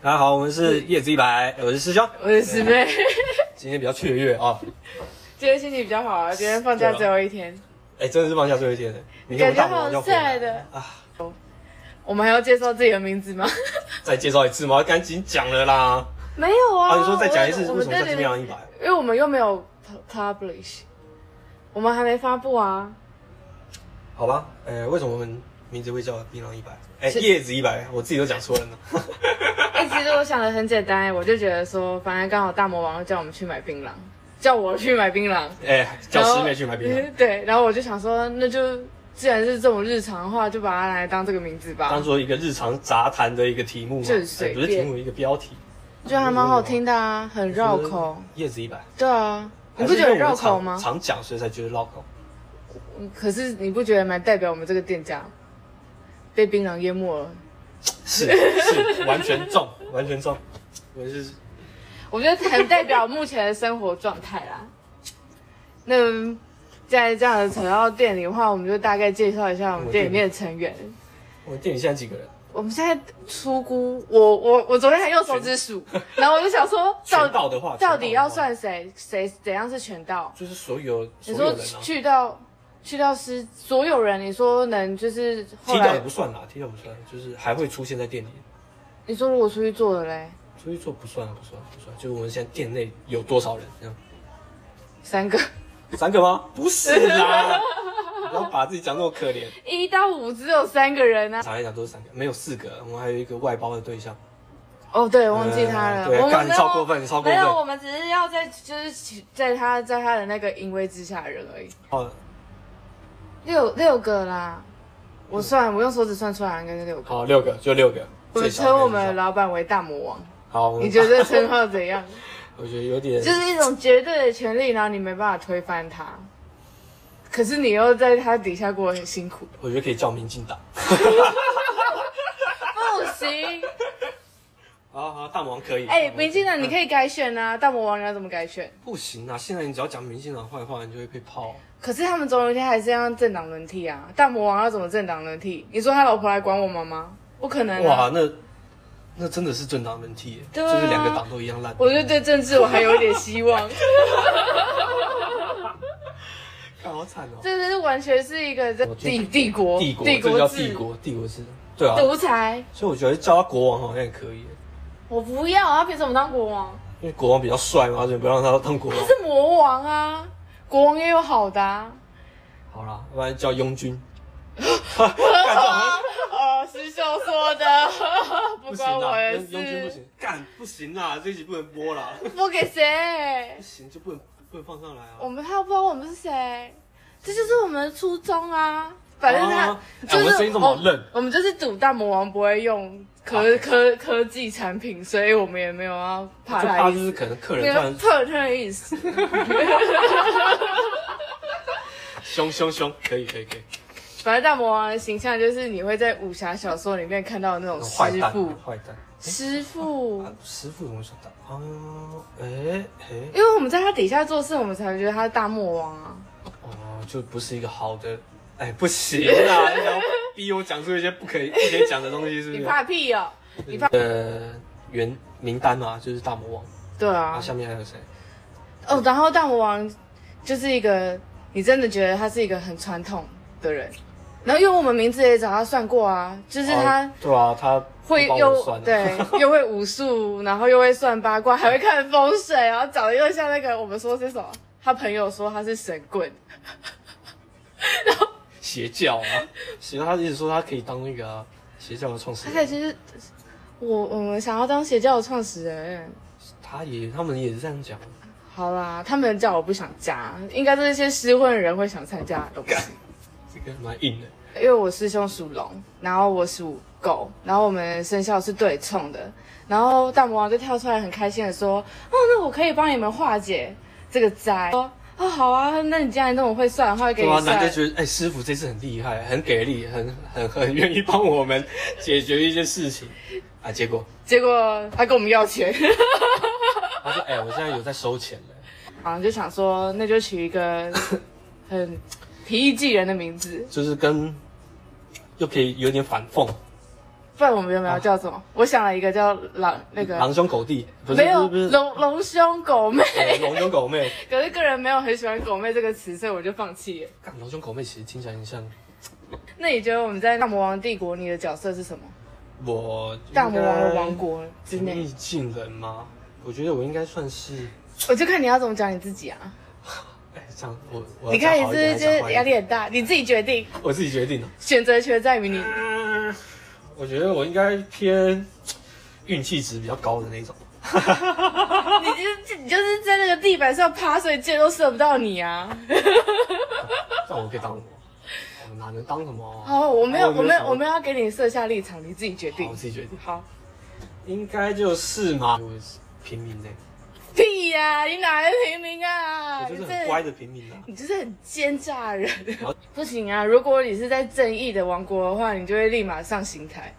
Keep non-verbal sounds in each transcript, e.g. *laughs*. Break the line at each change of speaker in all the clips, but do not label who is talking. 大家好，我们是叶子一百，我是师兄。
我的师妹，
今天比较雀跃啊，
*laughs* 今天心情比较好啊，今天放假最后一天，
哎、真的是放下最后一天了，你看我
感觉
大魔王要
好
回来
帅的。
啊！
我们还要介绍自己的名字吗？
再介绍一次吗？赶紧讲了啦！
*laughs* 没有啊，
啊，你说再讲一次，
我
为
们
什么叫啊
对
金
对
亮
对
一百？
因为我们又没有 pu- publish，我们还没发
*laughs*
布啊。
好吧，呃，为什么我们名字会叫槟榔一百？哎，
是
叶子一百，我自己都讲错了呢。 *laughs*
哎、其实我想的很简单，我就觉得说，反正刚好大魔王叫我们去买槟榔，叫我去买槟榔，
哎，叫师妹去买槟榔，
嗯 *laughs* 对，然后我就想说，那就既然是这种日常的话，就把它拿来当这个名字吧
当，做一个日常杂谈的一个题目嘛，
就是随
哎不是题
便
目，一个标题。
就还蛮好听的啊，很绕口。
就是叶子一百，
对啊，你
还
不
是
觉得
因为我
绕
们
口
常
吗？
常讲，所以才觉得绕口。
可是你不觉得蛮代表我们这个店家被槟榔淹没了？ *laughs*
是是，完全中，完全中。我们是
我觉得很代表目前的生活状态啦。那在这样的材料店里的话，我们就大概介绍一下我们店里面的成员。
我们店里现在几个人？
我们现在出估，我我我昨天还用手指数，然后我就想说，
全
到
到的话，
到底要
全到的话
算谁谁怎样是全到？
就是所有
你
所有
说
人啊，
去到去到是所有人，你说能就是后
踢掉也
来
不，算啦，踢掉不算，就是还会出现在店里。
你说如果出去做的嘞，
出去做不算不算不算，就是我们现在店内有多少人这样？
三个。
三个吗？不是
*laughs*
啦，不要把自己讲那么可怜。
一到五只有三个人啊！
常来讲都是三个，没有四个，我们还有一个外包的对象。
哦，对，忘记他了。
呃对
我们
干
没有
超过分超过分
没有，我们只是要在就是在他在他的那个淫威之下的人而已。
哦，
六六个啦，我算、我用手指算出来应该是六个。
好，六个就六个。
我
最
们
少
称我
最
们
少
老板为大魔王，
好，我们
你觉得这称号
*laughs*
怎样？
我觉得有点
就是一种绝对的权利，然后你没办法推翻他，可是你又在他底下过得很辛
*laughs*
苦，
我觉得可以叫民进党。
不行。
好好，大魔王可以。
哎、
大魔王
明进呢？你可以改选啊，大魔王你要怎么改选？
不行啊！现在你只要讲民进党坏话，你就会被泡。
可是他们总有一天还是要政党轮替啊！大魔王要怎么政党轮替？你说他老婆来管我们吗？不可能、啊！
哇，那那真的是政党轮替耶，
对啊
就是两个党都一样烂。
我就对政治我还有一点希望， *laughs*
看好惨哦！
这是完全是一个在
我
帝帝国
帝国，
帝
这叫
国
帝
制
国，帝国制。对啊，
独裁，
所以我觉得叫他国王好像也可以耶，
我不要啊！凭什么当国王？
因为国王比较帅嘛，所以不让他当国
他
王。
是魔王啊，国王也有好的、啊。
好啦，不然叫拥
*laughs*
军。哈干这好像
呃，师兄说的， *laughs* 不
不
关
行啊
我
啦，
的
拥拥军不
事，
行，干不行啦，这一集不能播啦，
不给谁
不？行就不能不能放上来啊。
我们他又不知道我们是谁，这就是我们的初衷啊。反正他、
啊哎
就是
我们声音这么嫩
我我们就是赌大魔王不会用科、
啊
科科技产品，所以我们也没有要怕
就
他
怕
意
就
思，
是可能客
没
人突
有
然
怕他的意思。
凶凶凶，可以可以可以，
*laughs* 反正大魔王的形象就是你会在武侠小说里面看到的那种
坏
师
蛋
傅，
坏蛋。
师傅。
啊，师傅怎么想到？啊，哎哎，
因为我们在他底下做事，我们才会觉得他是大魔王啊。
哦，就不是一个好的，哎，不行啊！
*laughs*
你要逼我讲出一些不可以、不可以讲的东西，是不
你
是？
怕屁哦？你怕
呃，原名单嘛，就是大魔王，
对
然
啊
后，下面还有谁？
哦，然后大魔王就是一个，你真的觉得他是一个很传统的人。然后因为我们名字也找他算过啊，就是他
哦对啊，他
会
帮
又、
我算啊，
对又会武术，然后又会算八卦，还会看风水，然后长得又像那个我们说是什么，他朋友说他是神棍，
*laughs* 邪教啊，邪教他一直说他可以当那个啊邪教的创始
他
人，
其实我我们想要当邪教的创始人。
他也他们也是这样讲，啊
好啦，他们叫我不想加，应该是一些失婚的人会想参加的东西。
这个蛮硬的。
因为我师兄属龙，然后我属狗，然后我们生肖是对冲的，然后大魔王就跳出来很开心的说：“哦，那我可以帮你们化解这个灾。”说：“哦，好啊，那你既然那么会算的话，给
对
你
啊，
算
难。得觉得哎、师傅这次很厉害，很给力，很很很愿意帮我们解决一些事情啊。结果
结果他跟我们要钱，
他说：“哎、我现在有在收钱了。
然后就想说，那就取一个很平易近人的名字”，
就是跟又可以有点反讽，
不然我们原本要叫什么？我想了一个叫狼那个，
狼兄狗弟不是
没有
不是不是
龙龙兄狗妹， *laughs*
呃龙兄狗妹，
可是个人没有很喜欢“狗妹”这个词，所以我就放弃了。
干龙兄狗妹其实听起来很像
那你觉得我们在《大魔王帝国》你的角色是什么？
我应该
大魔王的王国之内，
逆境人吗？我觉得我应该算是，
我就看你要怎么讲你自己啊！
哎，这样我我
你看你
要
是
讲好一点
不是就是
还讲坏一
压力
点
很大？你自己决定，
我自己决定的。
选择权在
*laughs*
于你。
嗯，我觉得我应该偏运气值比较高的那
*laughs*
种。
你就是你就是在那个地板上趴，所以箭都射不到你
*laughs*
啊！
那我可以当什么？我哪能当什么啊？
哦，我没有，
我
我
没
没
有
有，我没有要给你设下立场，你自己决
好
定
我。自己决定，
好，
应该就是嘛，我是平民呢、
屁呀、你哪来的平民啊？
我就是
你这
很乖的平民啊。
你就是很奸诈的人
好。
*laughs* 不行啊！如果你是在正义的王国的话，你就会立马上刑台，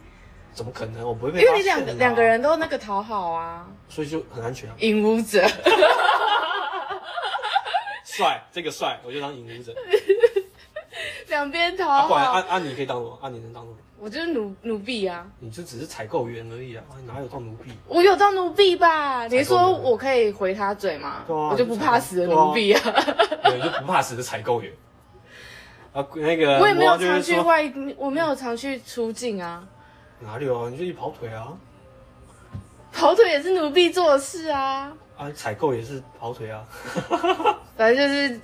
怎么可能？我不会
因
被
为你
发
两
现
个
啊
两个，人都那个讨好啊， *laughs*
所以就很安全啊。
影舞者。 *laughs*
帅，这个帅，我就当影舞者。
两边
啊，
讨
不然
*laughs* 好，
按按你可以当什么？按你能当什么？
我就是奴奴婢啊，
你就只是采购员而已啊，啊哪有当奴婢？
我有当奴婢吧？你
采
说
购奴
我可以回他嘴吗？
对啊
我就不怕死的奴婢啊，
对，就不怕死的采购员。 *laughs* 啊，那个
*laughs* 我也没
魔
有
王就
常
会
去
说
外，我没有常去出境啊，
哪里有啊？你就去跑腿啊，
跑腿也是奴婢做的事啊，
啊，采购也是跑腿啊，
反正就是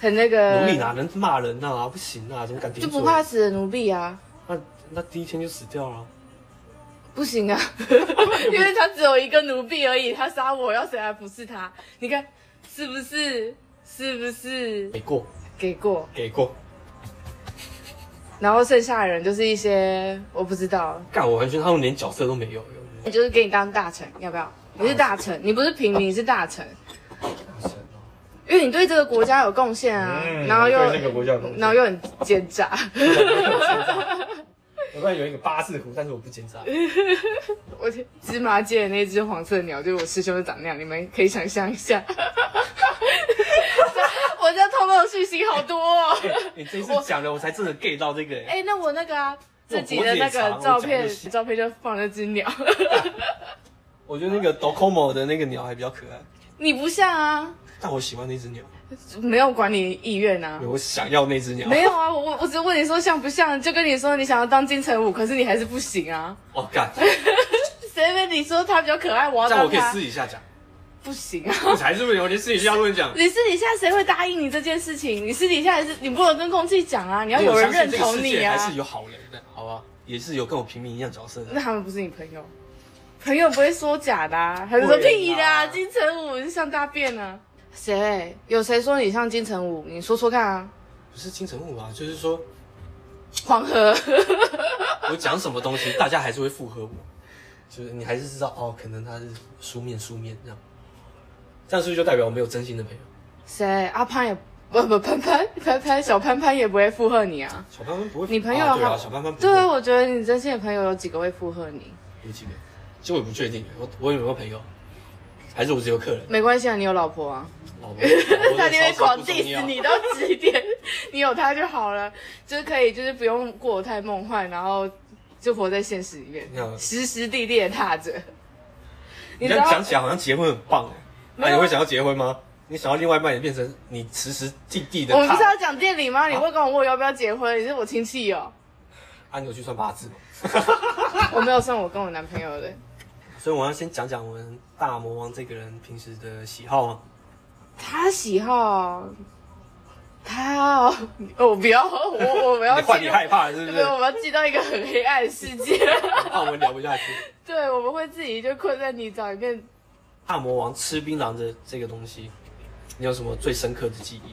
很那个
奴隶哪能骂人啊？不行啊，怎么敢顶
就
嘴？
不怕死的奴婢啊，
那那第一天就死掉了啊。
不行啊， *laughs* 因为他只有一个奴婢而已，他杀我要谁来服侍他？你看是不是？是不是
给过，
给过？
给过。
然后剩下的人就是一些我不知道，
干，我完全他们连角色都没有，有
*laughs* 你就是给你当大臣，要不要？你是大臣，你不是平民，你是大臣，
点神哦
因为你对这个国家有贡献啊，
嗯
然后又
对这个国家有贡献
然后又很奸诈， *laughs*
我突然有一个八字胡，但是我不奸诈。
我芝麻街的那只黄色鸟，就是我师兄就长那样，你们可以想象一下。 *laughs* 我这样透露的讯息好多、哦，
*laughs* 你哎这一次讲了，我才真的 get 到这个、欸。
哎、那我那个啊，
我
自己的
脖
那个
子也长
照
我讲
片
就，行
照片就放那只鸟， *laughs*
我觉得那
哎
个 Docomo 的那个鸟还比较可爱，
你不像啊，
但我喜欢那只鸟，
没有管你意愿啊。
我想要那只鸟。
没有啊，我我我只问你说像不像，就跟你说你想要当金城武，可是你还是不行啊。
哦，干，
谁跟你说他比较可爱，我要
这样我
当
可以
他
私，底下讲，
不行啊。
我才是不是？我连私底下都能讲。
你私底下谁会答应你这件事情？你私底下也是，你不能跟空气讲啊，你要有
我相
人
信
认
这个世
同你
界
啊
还。是有好人的，好吧？也是有跟我平民一样角色的。
*laughs* 那他们不是你朋友，朋友不会说假的、啊，他就
会
说
啦
屁的、啊，金城武你是像大便啊。谁有谁说你像金城武？你说说看啊。
不是金城武啊，就是说
黄河，
我讲什么东西，大家还是会附和我，就是你还是知道哦，可能他是书面书面这样，这样是不是就代表我没有真心的朋友？
谁阿潘也不不潘潘潘潘小潘潘也不会附和你啊。
小潘潘不会，
你朋友
啊对
好
啊，小潘潘不
对啊，
会，
我觉得你真心的朋友有几个会附和你？
有几个，其实我也不确定，我我有没有朋友，还是 *laughs* 我只有客人？
没关系啊，你有老婆啊，
老
*laughs*
婆，老婆
在那边狂
地
diss 你到几点？你有他就好了，就是可以，就是不用过得太梦幻，然后就活在现实里面
嗯，
时时地地的踏着。
你
你
这
知
样讲
道
起来好像结婚很棒哎，那、
没有
你
啊
会想要结婚吗？你想要另外一半也变成你时时地地的啊
我们不是
他？
要讲店里吗？你会跟我问我要不要结婚？你是我亲戚哦，
啊，你有去算八字吗？
我没有送我跟我男朋友的，
所以我要先讲讲我们大魔王这个人平时的喜好啊吗？
他喜好。他哦，哦我不要，我我们要
你换
进
你
入
害怕了是不
对，
是？
我们要进到一个很黑暗的世界。 *laughs*
那我们聊不下去。
对，我们会自己就困在泥沼里面。
大魔王吃槟榔的这个东西，你有什么最深刻的记忆？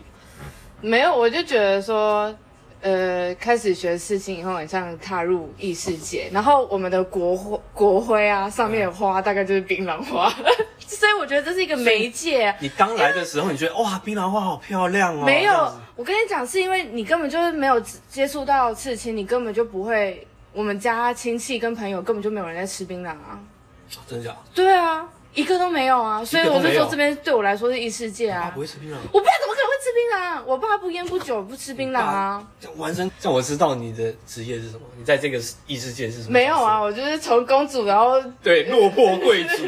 没有，我就觉得说，呃，开始学刺青以后，很像踏入异世界。然后我们的国徽国徽啊，上面的花大概就是槟榔花， *laughs* 所以我觉得这是一个媒介啊。
你刚来的时候，你觉得哇，槟榔花好漂亮哦。
没
这样
有
子，
我跟你讲，是因为你根本就是没有接触到刺青，你根本就不会。我们家亲戚跟朋友根本就没有人在吃槟榔啊。
哦真的假的？
对啊，一个都没有啊，所以
一个都
我就
没有
说这边对我来说是异世界
他
啊
不。会吃槟榔，
我不知道怎么可能会吃槟榔，啊我爸不烟不酒不吃槟榔啊。
这样完成，让我知道你的职业是什么，你在这个异世界是什么？
没有啊，，我就是从公主，然后
对，落魄贵族。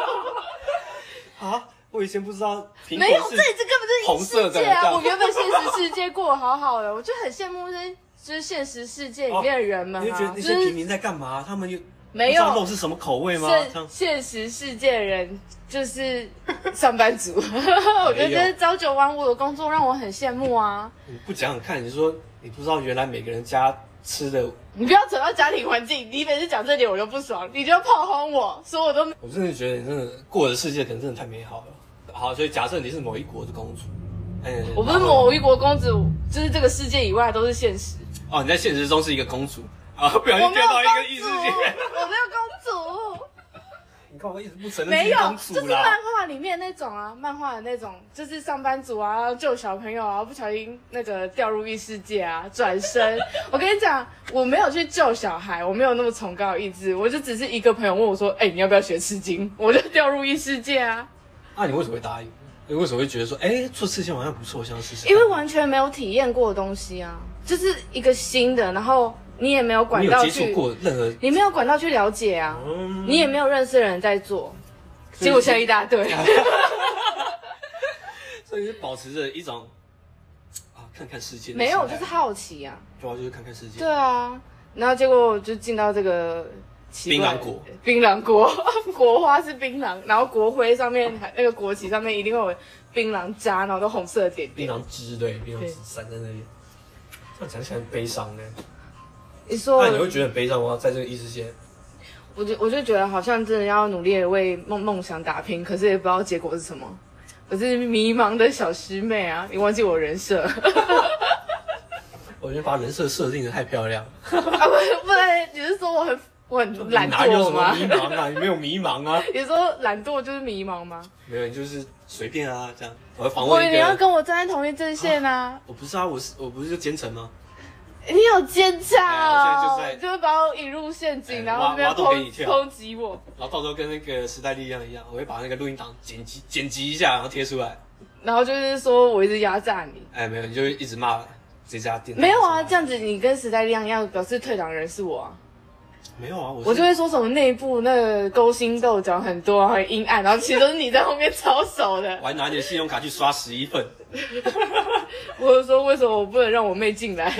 *laughs* 啊，我以前不知道苹
没有，
果
这
是
这根本就是异世
红色
界
的这
啊！
样
我原本现实世界过得好好的，我就很羡慕这些就是现实世界里面的人们
哦你就
啊，
觉得那
就
些平
是
民在干嘛？他们又
没
不知道肉
有
是什么口味吗？这
现
样
现实世界的人就是上班族， *laughs* 我觉得这是朝九晚五的工作让我很羡慕啊！
你不讲讲看，你说你不知道原来每个人家吃的，
你不要扯到家庭环境，你每次讲这点我就不爽，你就要炮轰我说我都
我真的觉得你真的过的世界可能真的太美好了。好，所以假设你是某一国的公主，嗯，
我不是
然后
某一国公主，就是这个世界以外都是现实。
哦，你在现实中是一个公主啊，不
我
小
没有
心
公
掉到一个异世
主，
界。
我没有公主。
你看我一直不承认自
没
己
有
公，
就
主
是
啦
漫。画里面那种啊，漫画的那种，就是上班族啊，救小朋友啊，不小心那个掉入异世界啊，转身。我跟你讲，我没有去救小孩，我没有那么崇高的意志，我就只是一个朋友问我说，哎、你要不要学吃惊？ *laughs* 我就掉入异世界啊，
那、你为什么会答应？你为什么会觉得说，哎、做事情好像不错，像是
因为完全没有体验过的东西啊，就是一个新的，然后啊你也没有
你
管
有
道
接
去，
触过任何，
你没有管道去了解啊，
嗯，
你也没有认识的人在做，结果现在一
*laughs*
大堆。
所以是保持着一种啊，看看世界的
没有，
心
就
态
是好奇啊。
主要就是看看世界。
对啊，然后结果我就进到这个奇怪
槟榔国，
槟榔国， *laughs* 国花是槟榔，然后国徽上面还那个国旗上面一定会有槟榔渣，然后都红色的点
槟
点。
榔汁对，槟榔
对
汁散在那里，这样讲起来很悲伤呢。
你说
那你
我，
会觉得很悲伤吗？在这个异世界，
我就我就觉得好像真的要努力的为梦梦想打拼，可是也不知道结果是什么。我是迷茫的小师妹啊， *laughs* 你忘记我人设啊？
我觉得把人设设定的太漂亮，
不不然你是说我很我很懒
哪有
惰
什么
吗
迷？茫啊？你没有迷茫啊？
*laughs* 你说懒惰就是迷茫吗？
没有，你就是随便啊，这样。我访
我以
问
为
一
你要
个，
跟我站在同一阵线啊！
我不是啊，我是我不是就奸臣吗？
你好奸诈哦！
哎我现在就在
就会把我引入陷阱，
哎
然后那边
挖挖洞给你
抨
跳
抨击我。
然后到时候跟那个时代力量一样，我会把那个录音档剪辑剪辑一下，然后贴出来。
然后就是说我一直压榨你。
哎，没有，你就一直骂这家店。
没有啊，这样子你跟时代力量一样，表示退党人是我啊。
没有啊，我
我
我
就会说什么内部那个勾心斗角很多，很阴暗，然后其实都是你在后面操守的
我。还拿你的信用卡去刷十一份，
我就说为什么我不能让我妹
*laughs*
进来？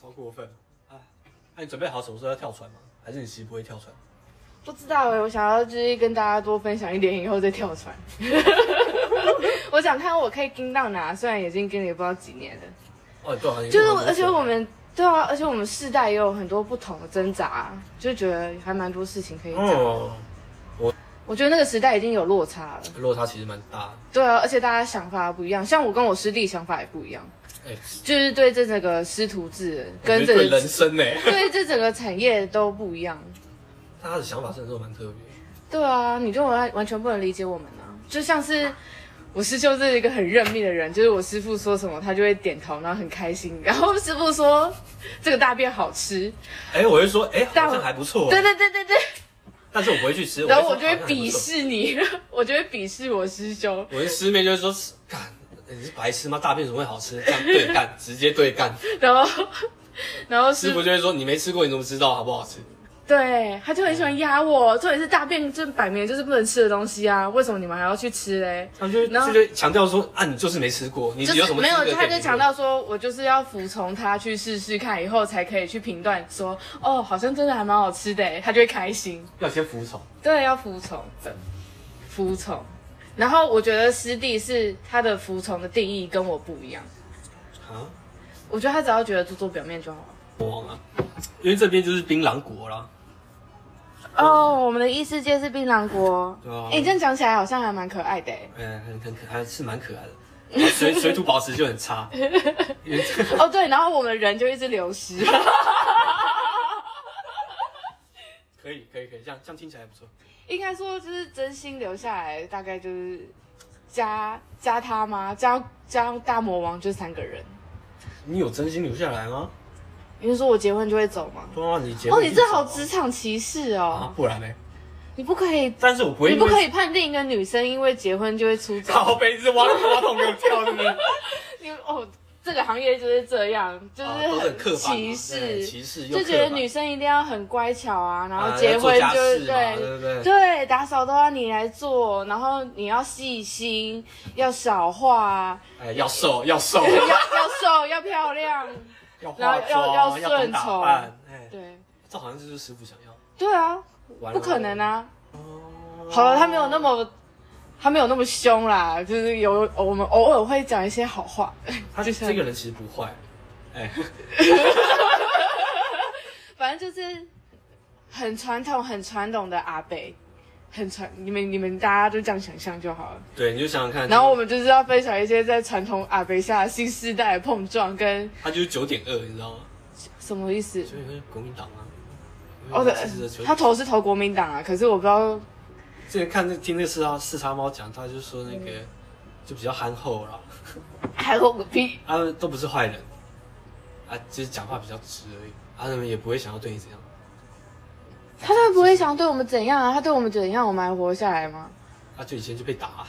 超过分。哎，那你准备好什么时候要跳船吗？还是你其实不会跳船？
不知道哎、我想要就是跟大家多分享一点，以后再跳船。 *laughs* 我想看我可以跟到哪，虽然已经跟你不知道几年了。
哦，对啊，你
就是
跟我
我，而且
说
我们对啊，而且我们世代也有很多不同的挣扎、啊就觉得还蛮多事情可以讲。
哦，
我觉得那个时代已经有落差了，
落差其实蛮大的。
对啊，而且大家想法不一样，像我跟我师弟想法也不一样，
哎、
就是对这整个师徒制跟这
对
个
人生呢、
对这整个产业都不一样。
他的想法真的都蛮特别。
对啊，你就完完全不能理解我们啊，就像是。我师兄是一个很认命的人，就是我师傅说什么他就会点头，然后很开心。然后师傅说这个大便好吃，
哎、我会说，哎、
但
好像还不错、
对对对对对，
但是我不会去吃。
然后我就
说好
会
像还不
鄙
错
视你， *laughs* 我就会鄙视我师兄。
我的师妹，就会说，干，你是白痴吗？大便怎么会好吃？这样对干，直接对 *laughs* 干。
然后，然后
师
师
傅就会说，你没吃过，你怎么知道好不好吃？
对他就很喜欢压我，重点是大便这摆明就是不能吃的东西啊，为什么你们还要去吃嘞？
他就
然后
就就强调说，啊，你就是没吃过，你
就
有什
是
么
没有，
资格
他
点
就
评
强
我
调说，我就是要服从他去试试看，以后才可以去评断说，哦，好像真的还蛮好吃的耶，他就会开心。
要先服从。
对，要服从，真的服从。然后我觉得师弟是他的服从的定义跟我不一样，
啊，
我觉得他只要觉得做做表面就好了。
我忘了，因为这边就是槟榔国啦。
哦，我们的异世界是槟榔国。
对啊
哎、你这样讲起来好像还蛮可爱的哎。
嗯，很很可还是蛮可爱 *laughs* 的，水水土保持就很 *laughs* 差。因为这
哦，对，然后我们人就一直流失。 *laughs*
可以可以可以，这样这样听起来还不错。
应该说就是真心留下来，大概就是加加他吗？加加大魔王就三个人。
你有真心留下来吗？
你是说我结婚就会走吗？
对啊，你结
哦，
婚
你这
就
好
走啊
职场歧视哦！
啊，不然呢？
你不可以，
但是我不会
你
因
不可
为 *laughs*
以判定一个女生因为结婚就会出走。
好杯子挖挖桶给我跳，是不是？
你哦，这个行业就是这样，就是
啊都很刻板嘛
歧
对
视，
歧视又
就觉得
刻板
女生一定要很乖巧啊，然
啊
后结婚
要
就、
做家事嘛
对
对不对
对打扫都要你来做，然后你要细心，要少话，啊
哎，要瘦要瘦，
要要瘦，要漂亮，
要化
然后
妆，
要要
要懂
顺
打
从
扮，哎，
对
这好像就是师傅想要，
对啊，
完了
不可能！啊！
哦
好了，他没有那么。他没有那么凶啦，就是有我们偶尔会讲一些好话， *laughs*
他
就
就是这个人其实不坏，哎，
反正就是很传统、很传统的阿北，很传。你们你们大家就这样想象就好了。
对，你就想想看，
然后我们就是要分享一些在传统阿北下新世代的碰撞跟
他就是九点二，你知道吗？
什么意思？
九点二国民党啊，
哦，对
支持的，九
他投是投国民党啊，可是我不知道。
之前看那听那个四叉四叉猫讲，他就说那个
嗯
就比较憨厚啦，
还有个屁！
他们都不是坏人，啊，就是讲话比较直而已，啊他们也不会想要对你怎样。
*laughs* 他当然不会想对我们怎样啊，他对我们怎样，我们还活下来吗？
啊，就以前就被打啊，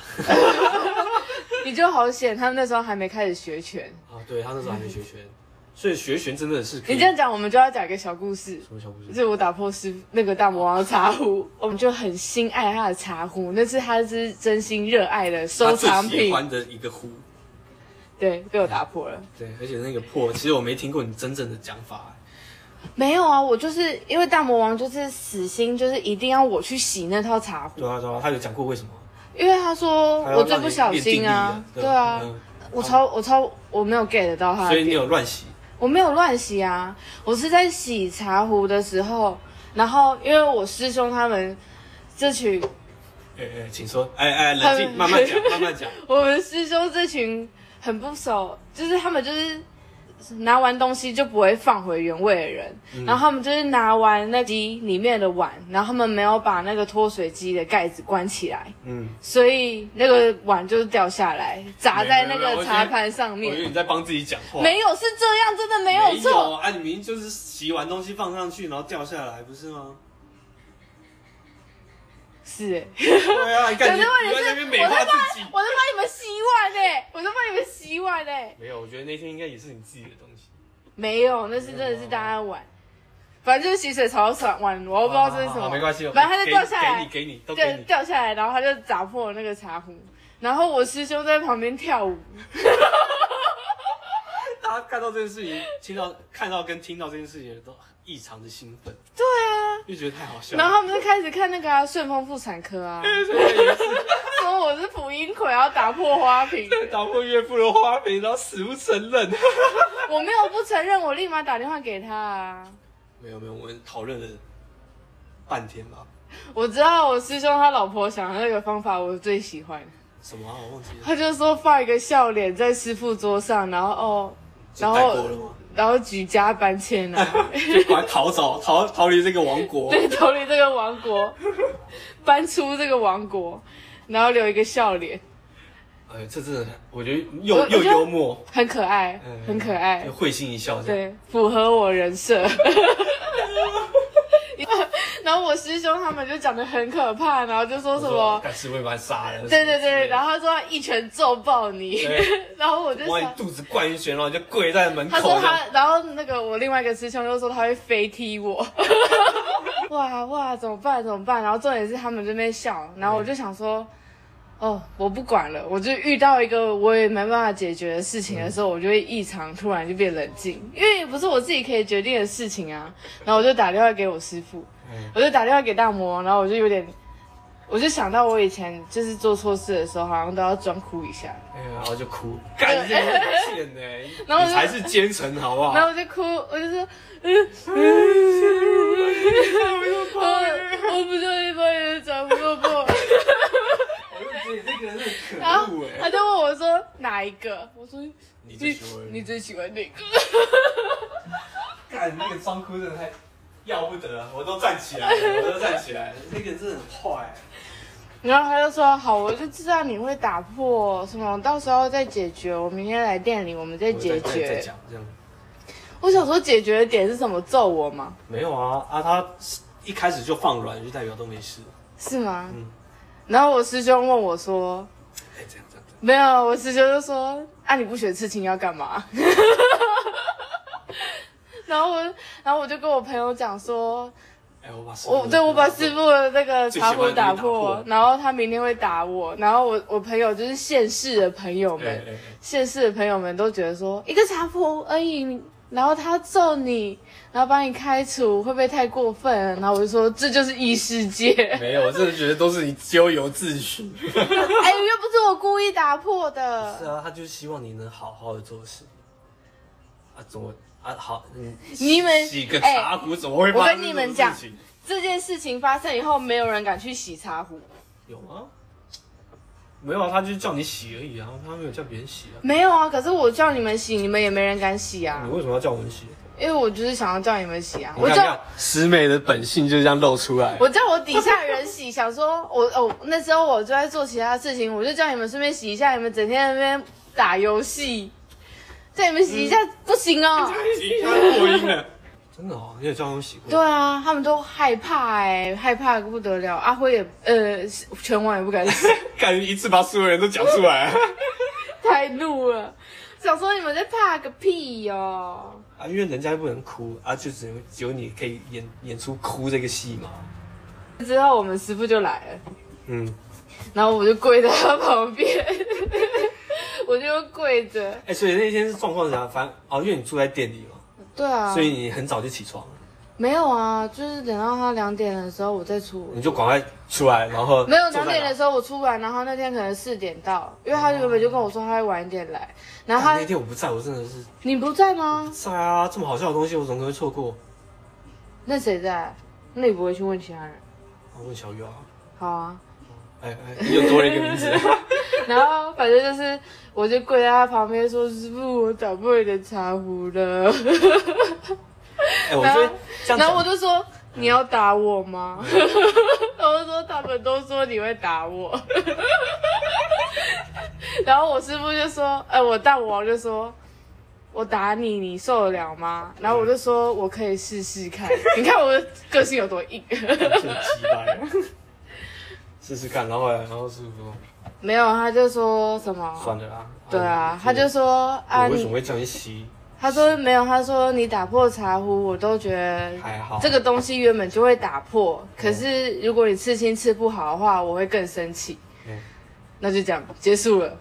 你就好险，他们那时候还没开始学拳。
啊对他那时候还没学 *laughs* 拳，所以学拳真的是可以
你这样讲，我们就要讲一个小故事。
什么小故事
就是我打破师那个大魔王的茶壶，我们就很心爱他的茶壶，那是他是真心热爱的收
他
藏
最喜
品。
欢的一个呼，
对，被我打破了。
对，而且那个破，其实我没听过你真正的讲法、
没有啊，我就是因为大魔王就是死心，就是一定要我去洗那套茶壶，
对啊对啊，他有讲过为什么？
因为他说
他要
我最
让你
不小
练定
心啊
力，的
对啊，
嗯
我超我超我没有 get 到他的
所以
点，
你有乱洗，
我没有乱洗啊，我是在洗茶壶的时候，然后因为我师兄他们这群
哎哎，请说，哎哎，冷静，慢慢讲， *laughs* 慢慢讲，
*laughs* 我们师兄这群很不熟，就是他们就是拿完东西就不会放回原位的人，
嗯
然后他们就是拿完那机里面的碗，然后他们没有把那个脱水机的盖子关起来，
嗯。
所以那个碗就是掉下来，砸在那
没有没有啊
个茶盘上
我以为
面。
你在帮自己讲话，
没有是这样，真的没
没
有错。
啊！你明明就是洗完东西放上去，然后掉下来，不是吗？
是、欸，
对啊，你
*laughs* 可是
感觉
问
你
题
在
是
那边，美
我
化
在帮
自己，。
我在帮你们洗碗呢、我在帮你们洗碗欸呢、
没有，我觉得那天应该也是你自己的东西。
没有，那是真的是大家玩，反正就是洗水槽碗，碗我
我
不知道这是什么，
啊没关系，
反正它就掉下
给
来
你，，给你，都给
对，
你。
掉下来，然后他就砸破了那个茶壶，然后我师兄在旁边跳舞，
大家看到这件事情，听到看到跟听到这件事情都异常的兴奋，
对啊，
就觉得太好笑了。
然后他们就开始看那个啊顺、丰妇产科啊，说我是蒲英葵，然后打破花瓶，
打破岳父的花瓶，然后死不承认。
我没有不承认，我立马打电话给他啊，
没有没有，我们讨论了半天吧。
我知道我师兄他老婆想的那个方法我最喜欢，
什么、啊？我忘记了。
他就说放一个笑脸在师傅桌上，然后哦。
就
然
带过了
后
吗？
然后举家搬迁啊， *laughs*
就赶快逃走，逃逃离这个王国。
对，逃离这个王国， *laughs* 搬出这个王国，然后留一个笑脸，
哎，这真的，我觉得
我
又
我觉
又
得
幽默，
很可爱，很可爱
嗯就，会心一笑这样。
对，符合我人设。 *laughs* 然后我师兄他们就讲的很可怕，然后就说
我
什
说
么，
干是会把你杀人。
对对对，然
后
后他说他一拳揍爆你， *laughs* 然后我就
往你
想。
肚子灌一拳，然后你就跪在门
他
口
说
这
他
样。，
然后那个我另外一个师兄就说他会飞
*laughs*
踢我，哇哇，怎么办怎么办？然后重点是他们这边笑，然后我就想说，哦，我不管了，我就遇到一个我也没办法解决的事情的时候，我就会异常突然就变冷静，因为不是我自己可以决定的事情啊。然后我就打电话给我师傅，
嗯
我就打电话给大魔王，然后我就有点。我就想到我以前就是做错事的时候，好像都要装哭一下，
哎呀，然后就哭，干这个很贱呢，
*laughs* 然后我
你
就
才是奸臣好不好
然？后我就哭，我就说，我我不小心把你的掌握过，
我就觉得你哎这个人很
然
可
后
恶
他
哎。
就问我说哪一个，我说
你这
你
行为
你最喜欢哪个？
干那个装哭真的太要不得了，我都站起来了，我都站起来了，那个人真的很坏。欸
然后他就说好，我就知道你会打破什么，到时候再解决。我明天来店里，我们再解
我再再再
决。
讲这样。
我想说解决的点是什么？揍我吗？
没有啊啊！他一开始就放软，就代表都没事。
是吗？
嗯
然后我师兄问我说
哎、这样这样这样，：“
没有。”我师兄就说：“啊，你不学刺青要干嘛？” *laughs* 然后我，然后我就跟我朋友讲说，
哎、我把师
我
傅
对我把师傅的那个
最喜
茶
欢
壶
的
打
东西打
破
破，
然后他明天会打我，然后我我朋友就是现世的朋友
哎哎
们，
哎
现世的朋友们都觉得说一个茶壶而已，然后他揍你，然后把你开除，会不会太过分了？然后我就说这就是异世界，
没有，我真的觉得都是你咎由自取。
哎，又不是我故意打破
是
的，
啊，他就是希望你能好好的做事。啊，怎么啊？好，嗯
你们
洗个茶壶怎么会发生这种
我跟你们讲
事情
这件事情发生以后，没有人敢去洗茶壶，
有啊吗？没有啊，他就是叫你洗而已啊，他没有叫别人洗啊。
没有啊，可是我叫你们洗，你们也没人敢洗啊
你，为什么要叫我们洗？
因为我就是想要叫你们洗啊，我
你看
叫
看。师妹的本性就这样露出来。
我叫我底下人洗，想说我哦，那时候我就在做其他事情，我就叫你们顺便洗一下，你们整天在那边打游戏，叫你们洗一下、不行哦。
嗯我赢了。 *laughs* 真的哦，你有叫他们洗过？
对啊，他们都害怕哎、害怕得不得了。阿辉也呃，全网也不敢洗，
感觉一次把所有人都讲出来。啊
太怒了，想说你们在怕个屁哦。
啊，因为人家不能哭啊，就只有只有你可以演演出哭这个戏嘛。
之后我们师傅就来了。
嗯，
然后我就跪在他旁边， *laughs* 我就跪着。
哎、所以那天是状况是啥？反正哦，因为你住在店里嘛，
对啊，
所以你很早就起床了，
没有啊，就是等到他两点的时候我再出。
你就赶快出来，然后啊
没有
坐
两
在
点
哪
的时候我出来，然后那天可能四点到，因为他原本就跟我说他会晚一点来，然后
啊
他
那天我不在，我真的是
你不在吗？
在啊，这么好笑的东西我怎么可能会错过？
那谁在？那你不会去问其他人？
我问小雨啊，
好啊，
哎哎，你又多了一个名
*laughs*
字，
然后反正就是我就跪在他旁边说：“师傅，我打破你的茶壶了。
哎，我觉得这”样
然后我
讲，
就说：“你要打我吗？” *laughs* 然后说：“他们都说你会打我。”然后我师傅就说：“哎、我大魔王就说。”我打你，你受得了吗？然后我就说，我可以试
*laughs*
试看。你看我的个性有多硬。
很鸡掰，试试看，然后后来然后师傅说
没有，他就说什么？
算了啦，
对啊
你，
他就说啊，
嗯我为什么
你
会叫你洗？
他说没有，他说你打破茶壶，我都觉得
还好，
这个东西原本就会打破。可是如果你刺青刺不好的话，我会更生气。
嗯哦
那就这样结束了。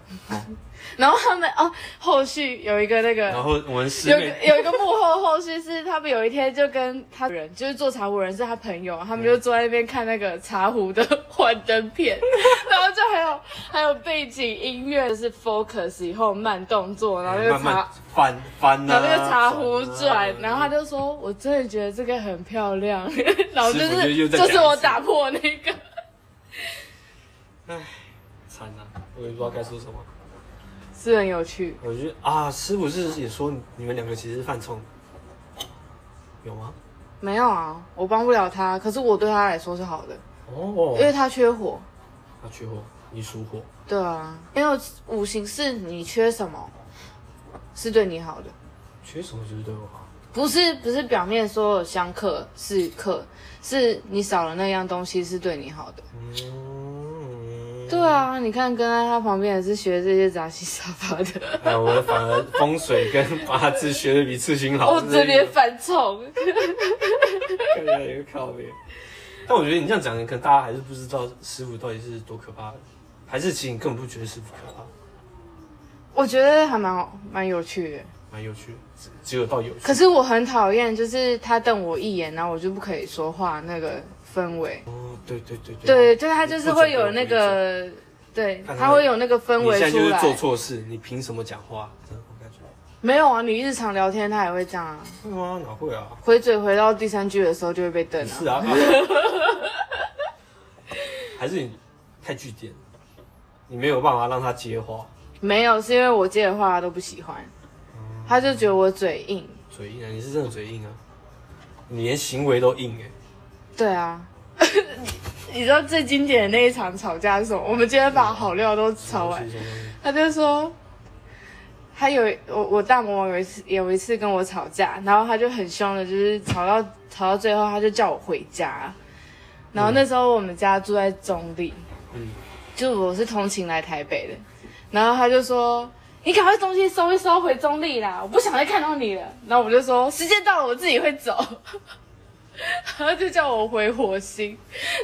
*laughs* 然后他们哦，后续有一个那
然
个。
后我们师
有一个
妹
*laughs* 有一个幕后后续是，他们有一天就跟他人，就是做茶壶人是他朋友，他们就坐在那边看那个茶壶的幻灯片，
*laughs*
然后就还有还有背景音乐是 focus 以后慢动作，然后那个
嗯慢
茶
慢翻翻
然
啊，
后那个茶壶转，
啊
然后他就说：“我真的觉得这个很漂亮。” *laughs* 然后就
师傅就是又再讲
就
一
是
次
我打破
*laughs*
那个，
惨啊，我也不知道该说什么。
是很有趣。
我觉得啊，师傅是不是也说你们两个其实是犯冲，有吗？
没有啊，我帮不了他，可是我对他来说是好的，
哦
因为他缺火。
他缺货，你输货，
对啊，因为五行是你缺什么，是对你好的，
缺什么就是对我好。
不是不是表面说有相克是克，是你少了那样东西是对你好的。
嗯，
对啊，你看跟在他旁边也是学这些杂七杂八的。
哎，我反而风水跟八字学的比刺青好。
我哦这边犯冲，
看起来有靠边。但我觉得你这样讲，可能大家还是不知道师傅到底是多可怕的，还是其实你根本不觉得师傅可怕，
我觉得还蛮好蛮有趣的。
蛮有趣的，只只有到有趣。
可是我很讨厌，就是他瞪我一眼，然后我就不可以说话那个氛围。
哦，对对对
对，就是他就是会有那个，对，
看他
他会有那个氛
你
围
现在就
出
是做
来。
错事，你凭什么讲话？这种感觉。
没有啊，你日常聊天他也会这样啊，
会吗？哪会啊？
回嘴回到第三句的时候就会被瞪啊
是。
*laughs*
啊，啊还是你太据点，你没有办法让他接话，
没有，是因为我接的话他都不喜欢，
哦
他就觉得我嘴硬。
嘴硬啊！你是真的嘴硬啊！你连行为都硬哎、
对啊。 *laughs* 你知道最经典的那一场吵架是什么？我们今天把好料都吵完，
什么东西什么
他就说，他有我我大魔王有一次有一次跟我吵架，然后他就很凶的，就是吵到吵到最后，他就叫我回家，然后那时候我们家住在中立，
嗯
就我是通勤来台北的，然后他就说：“你赶快东西收一收，回中立啦，我不想再看到你了。”然后我就说：“时间到了，我自己会走。” *laughs* 然后就叫我回火星，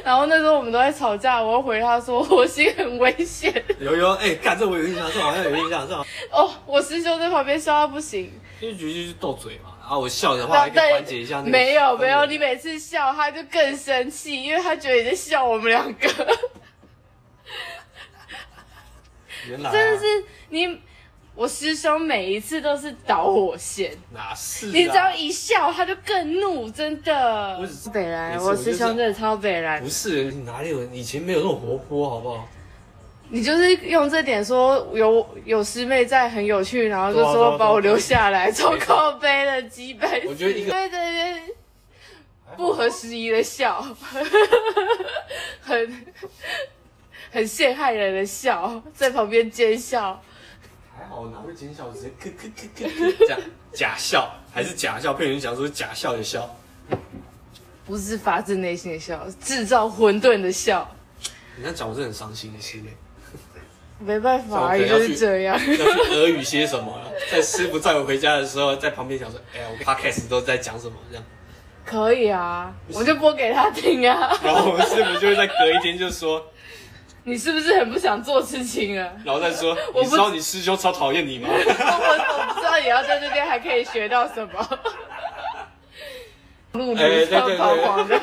然后那时候我们都在吵架，我又回他说火星很危险。
有有，哎、干这我有印象，这好像有印象，这好像
哦，我师兄在旁边笑到不行。
因为局就是斗嘴嘛，然后我笑的话还可以缓解一下那个。
啊没有没有，你每次笑他就更生气，因为他觉得你在笑我们两
*laughs*
个。
原来啊、
真的是你，我师兄每一次都是导火线，
哪是、啊？
你只要一笑他就更怒，真的。
我只是
北兰，
每次
我
我就
师
是
兄真的超北兰
不，是你哪里有？以前没有那么活泼，好不好？
你就是用这点说有有师妹在很有趣，然后就
对啊对啊对
说
啊
把我留下来，超
没错
靠背的基本。
我觉得一个
对对对。不合时宜的笑，很很陷害人的笑，在旁边奸笑。
还好，哪会奸笑？ *laughs* 直接咯咯咯咯咯，这样假笑还是假笑？被人讲说假笑的笑，
不是发自内心的笑，制造混沌的笑。
你这样讲我是很伤心的心哎。
没办法，
像我可能
也就是这样。
要去俄语些什么了？在师傅载我回家的时候，在旁边想说，哎、呀，我 podcast 都在讲什么这样。
可以啊，我就播给他听啊。 *laughs*
然后我们师傅就会在隔一天就说， *laughs*
你是不是很不想做事情啊？
然后再说，
我不
你知道你师兄超讨厌你吗？
我 *laughs* 我不知道你要在这边还可以学到什么。 *laughs* 路
哎
途
对对
上
对
彷
*laughs*
徨的。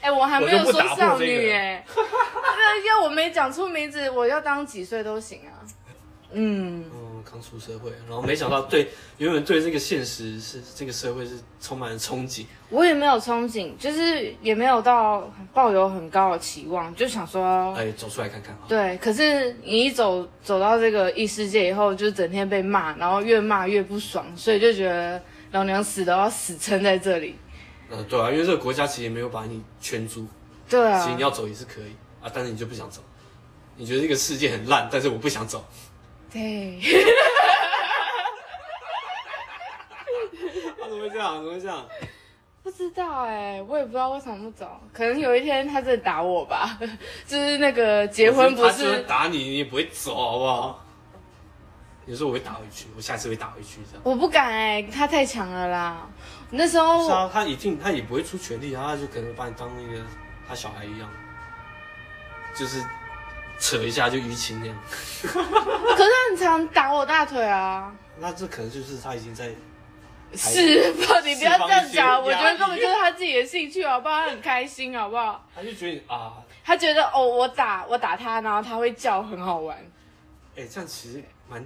哎、我还没有
我就不
说
打破
少
这
女
个
哎、那要我没讲出名字，我要当几岁都行啊。嗯，
嗯，刚出社会，然后没想到对原本对这个现实是这个社会是充满了憧憬，
我也没有憧憬，就是也没有到抱有很高的期望，就想说，
哎，走出来看看啊。
对。可是你一走走到这个异世界以后，就整天被骂，然后越骂越不爽，所以就觉得老娘死都要死撑在这里。
呃，对啊，因为这个国家其实也没有把你圈住，
对
其实
啊
你，要走也是可以啊，但是你就不想走，你觉得这个世界很烂，但是我不想走，
对，
啊、怎么会这样？怎么会这样？
不知道哎、我也不知道为什么不走，可能有一天他真的打我吧， *laughs* 就是那个结婚不
他就是算打你，你也不会走，好不好？有时候我会打回去，我下次会打回去，这样。
我不敢哎、他太强了啦。那时
是
候
啊，他一定他也不会出全力啊，他就可能把你当那个他小孩一样，就是扯一下就淤青那样。
可是他很常打我大腿啊。
那这可能就是他已经在
哎是吧？你不要这
释放
样
一些压
讲，
力
我觉得根本就是他自己的兴趣，好不好？他很开心，好不好？
他就觉得啊，
他觉得哦，我打我打他，然后他会叫，很好玩，
哎、这样其实蛮，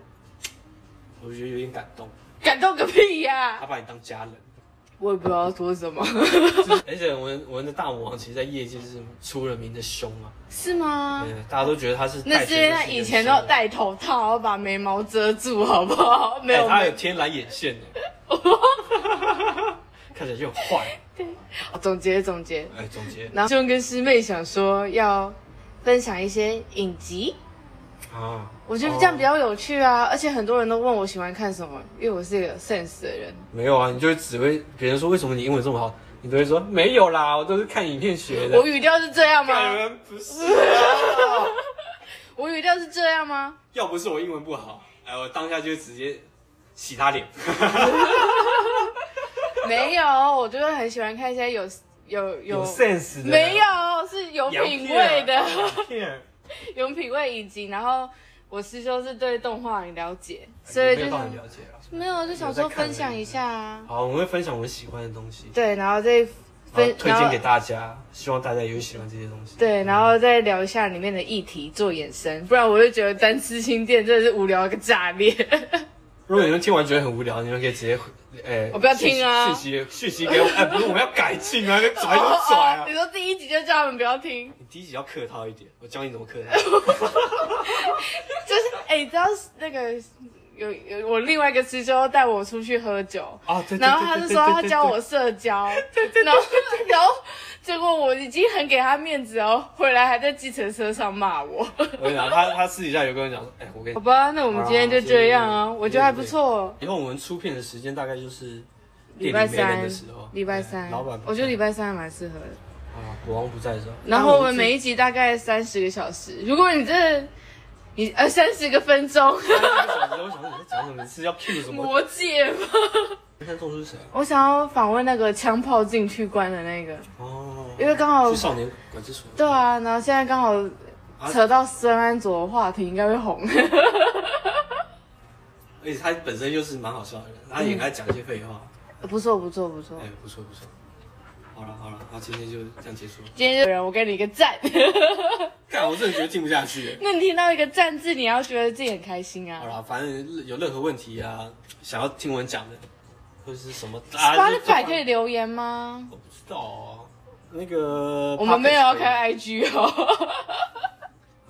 我觉得有点感动，
感动个屁呀、
他把你当家人。
我也不知道说什么， *laughs*
而且我们我们的大魔王其实，在业界是出了名的凶啊，
是吗？
嗯，大家都觉得他是
那
戴
是
杰
因为
克
他
逊的
以前
凶
都
人
戴头套，然后把眉毛遮住，好不好？没
哎
有，
他有天然眼线呢，看起来就很坏。啊
*laughs* 总结总结。
哎、总结
然后就跟师妹想说要分享一些影集，
啊，
我觉得这样比较有趣啊。而且很多人都问我喜欢看什么，因为我是一个有 sense 的人。
没有啊，你就只会别人说为什么你英文这么好，你都会说没有啦，我都是看影片学的。
我语调是这样
看
吗？
人不是
*laughs*
啊，
我语调是这样吗？
要不是我英文不好，哎，我当下就直接洗他脸。
没有，我就是很喜欢看一些有有有
sense 的
没有是有
洋
品
片啊
味的， *laughs*
洋片啊
有品味以及然后我师兄是对动画很了解，所
也
以
没有
就
到
想
很了解啊。
没有就想说分享一下啊。
好，我们会分享我们喜欢的东西，
对，然后再
然
分
后推
然
荐
后
给大家，希望大家也会喜欢这些东西。
对，然后再聊一下里面的议题做衍生，不然我就觉得单吃新店真的是无聊个炸裂。
如果你们听完觉得很无聊，你们可以直接回，哎、
我不要听啊
讯息讯息给我，哎、不是我们要改进啊，那拽
哦
就拽
*laughs* 哦
啊
你。说第一集就叫他们不要听， *laughs*
你第一集要客套一点，我教你怎么客套。
就是哎、你知道那个有有我另外一个师兄带我出去喝酒，
啊，对对对
然后他就说他教我
对
社交，然后然后结果我已经很给他面子哦，回来还在计程车上骂我。
对对对我跟你讲，他他私底下有跟我讲说，哎、我跟你
好，吧，那我们今天就这样啊，
好
我觉得还不错。
以后我们出片的时间大概就是
礼拜
店里没人
三
的时候，哎
礼拜三，
老板不在
我觉得礼拜三还蛮适合的。
啊啊，国王不在的时候，
然后
当
我们每一集大概三十个小时。如果你这你呃三十个分钟，
我自己看那个小时，我想说你在讲什么？你是要 Q 什么？
魔戒吧。
你看咒术是谁啊？
我想要访问那个枪炮禁区关的那个，
哦，
因为刚好
去少年管制所。
对啊，然后现在刚好
啊
扯到孙安佐的话题，应该会红。 *laughs*
而且他本身就是蛮好笑的人，他也爱讲一些废话。
不错不错不错
哎、，不错不错。好了好了，那今天就这样结束了。
今天就有人我给你一个赞。 *laughs*
干，我真的觉得听不下去耶。
那你听到一个赞字，你要觉得自己很开心
好
啊。
了，反正有任何问题啊，想要听我讲的，或啊者是什么
Spotify
百
可以留言吗？
我不知道啊。那个
我们没有要
podcast 可以
开 IG 哦，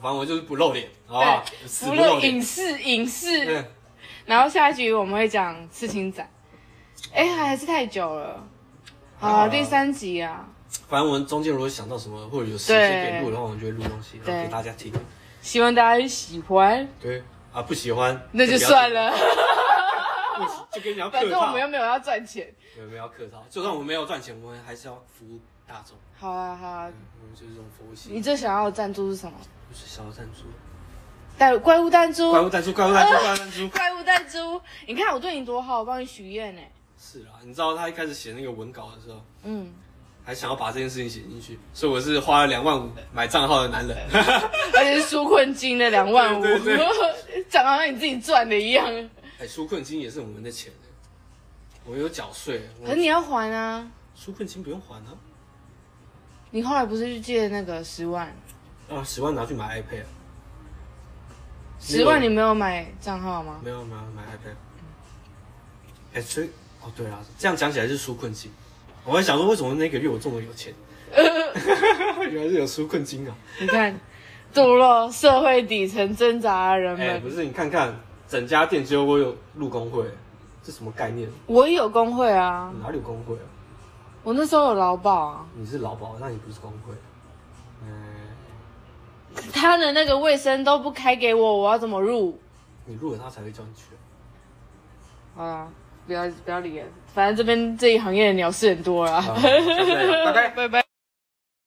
反正我就是不露脸，好不好？*laughs*
对，
死
不
露
论
脸
影。视影视
嗯，，
然后下一局我们会讲刺青展。哎，还是太久了，好
好
啊，
啊
第三集啊，
反正我们中间如果想到什么，或者有时间可以录的话，我们就会录东西，然后给大家听。
希望大家喜欢，
对啊，不喜欢
那就算，了，
不要听不就跟你要
*laughs* 反
客
正我
套
们，又没有要赚钱。
我们要客套。就算我们没有赚钱，我们还是要服务大众。
好啊好啊
嗯，，我们就是这种服务性
你。最想要的赞助是什么？
就是小赞助，
带怪物弹珠
怪，物弹珠，怪物弹珠，怪物弹珠。
怪物弹珠，你看我对你多好，我帮你许愿呢。
是啊，你知道他一开始写那个文稿的时候，
嗯，
还想要把这件事情写进去，所以我是花了两万五买账号的男人。 *laughs*
而且是纾困金的两万五
对对，
*laughs* 讲得好像你自己赚的一样。
哎，纾困金也是我们的钱，我有缴税。我
可是你要还啊，
纾困金不用还啊，
你后来不是去借那个十万？
啊，十万拿去买 iPad，
十万你没有买账号吗？
没有没有买 iPad。哎，所以哦对啊，这样讲起来是纾困金。我还想说，为什么那个月我这么有钱？原来是有纾困金啊！
你看，堕落社会底层挣扎的人
哎、不
们，
是，你看看整家店只有我有入工会，这什么概念？
我也有工会啊，
哪里有工会啊？
我那时候有劳保啊。 *laughs*
你是劳保，那你不是工会。嗯，
他的那个卫生都不开给我，我要怎么入？
你入了他才会叫你去。啊
好啦，不要不要理了，反正这边这一行业的鸟事很多啦。
好下次再聊拜拜
*laughs* 拜拜。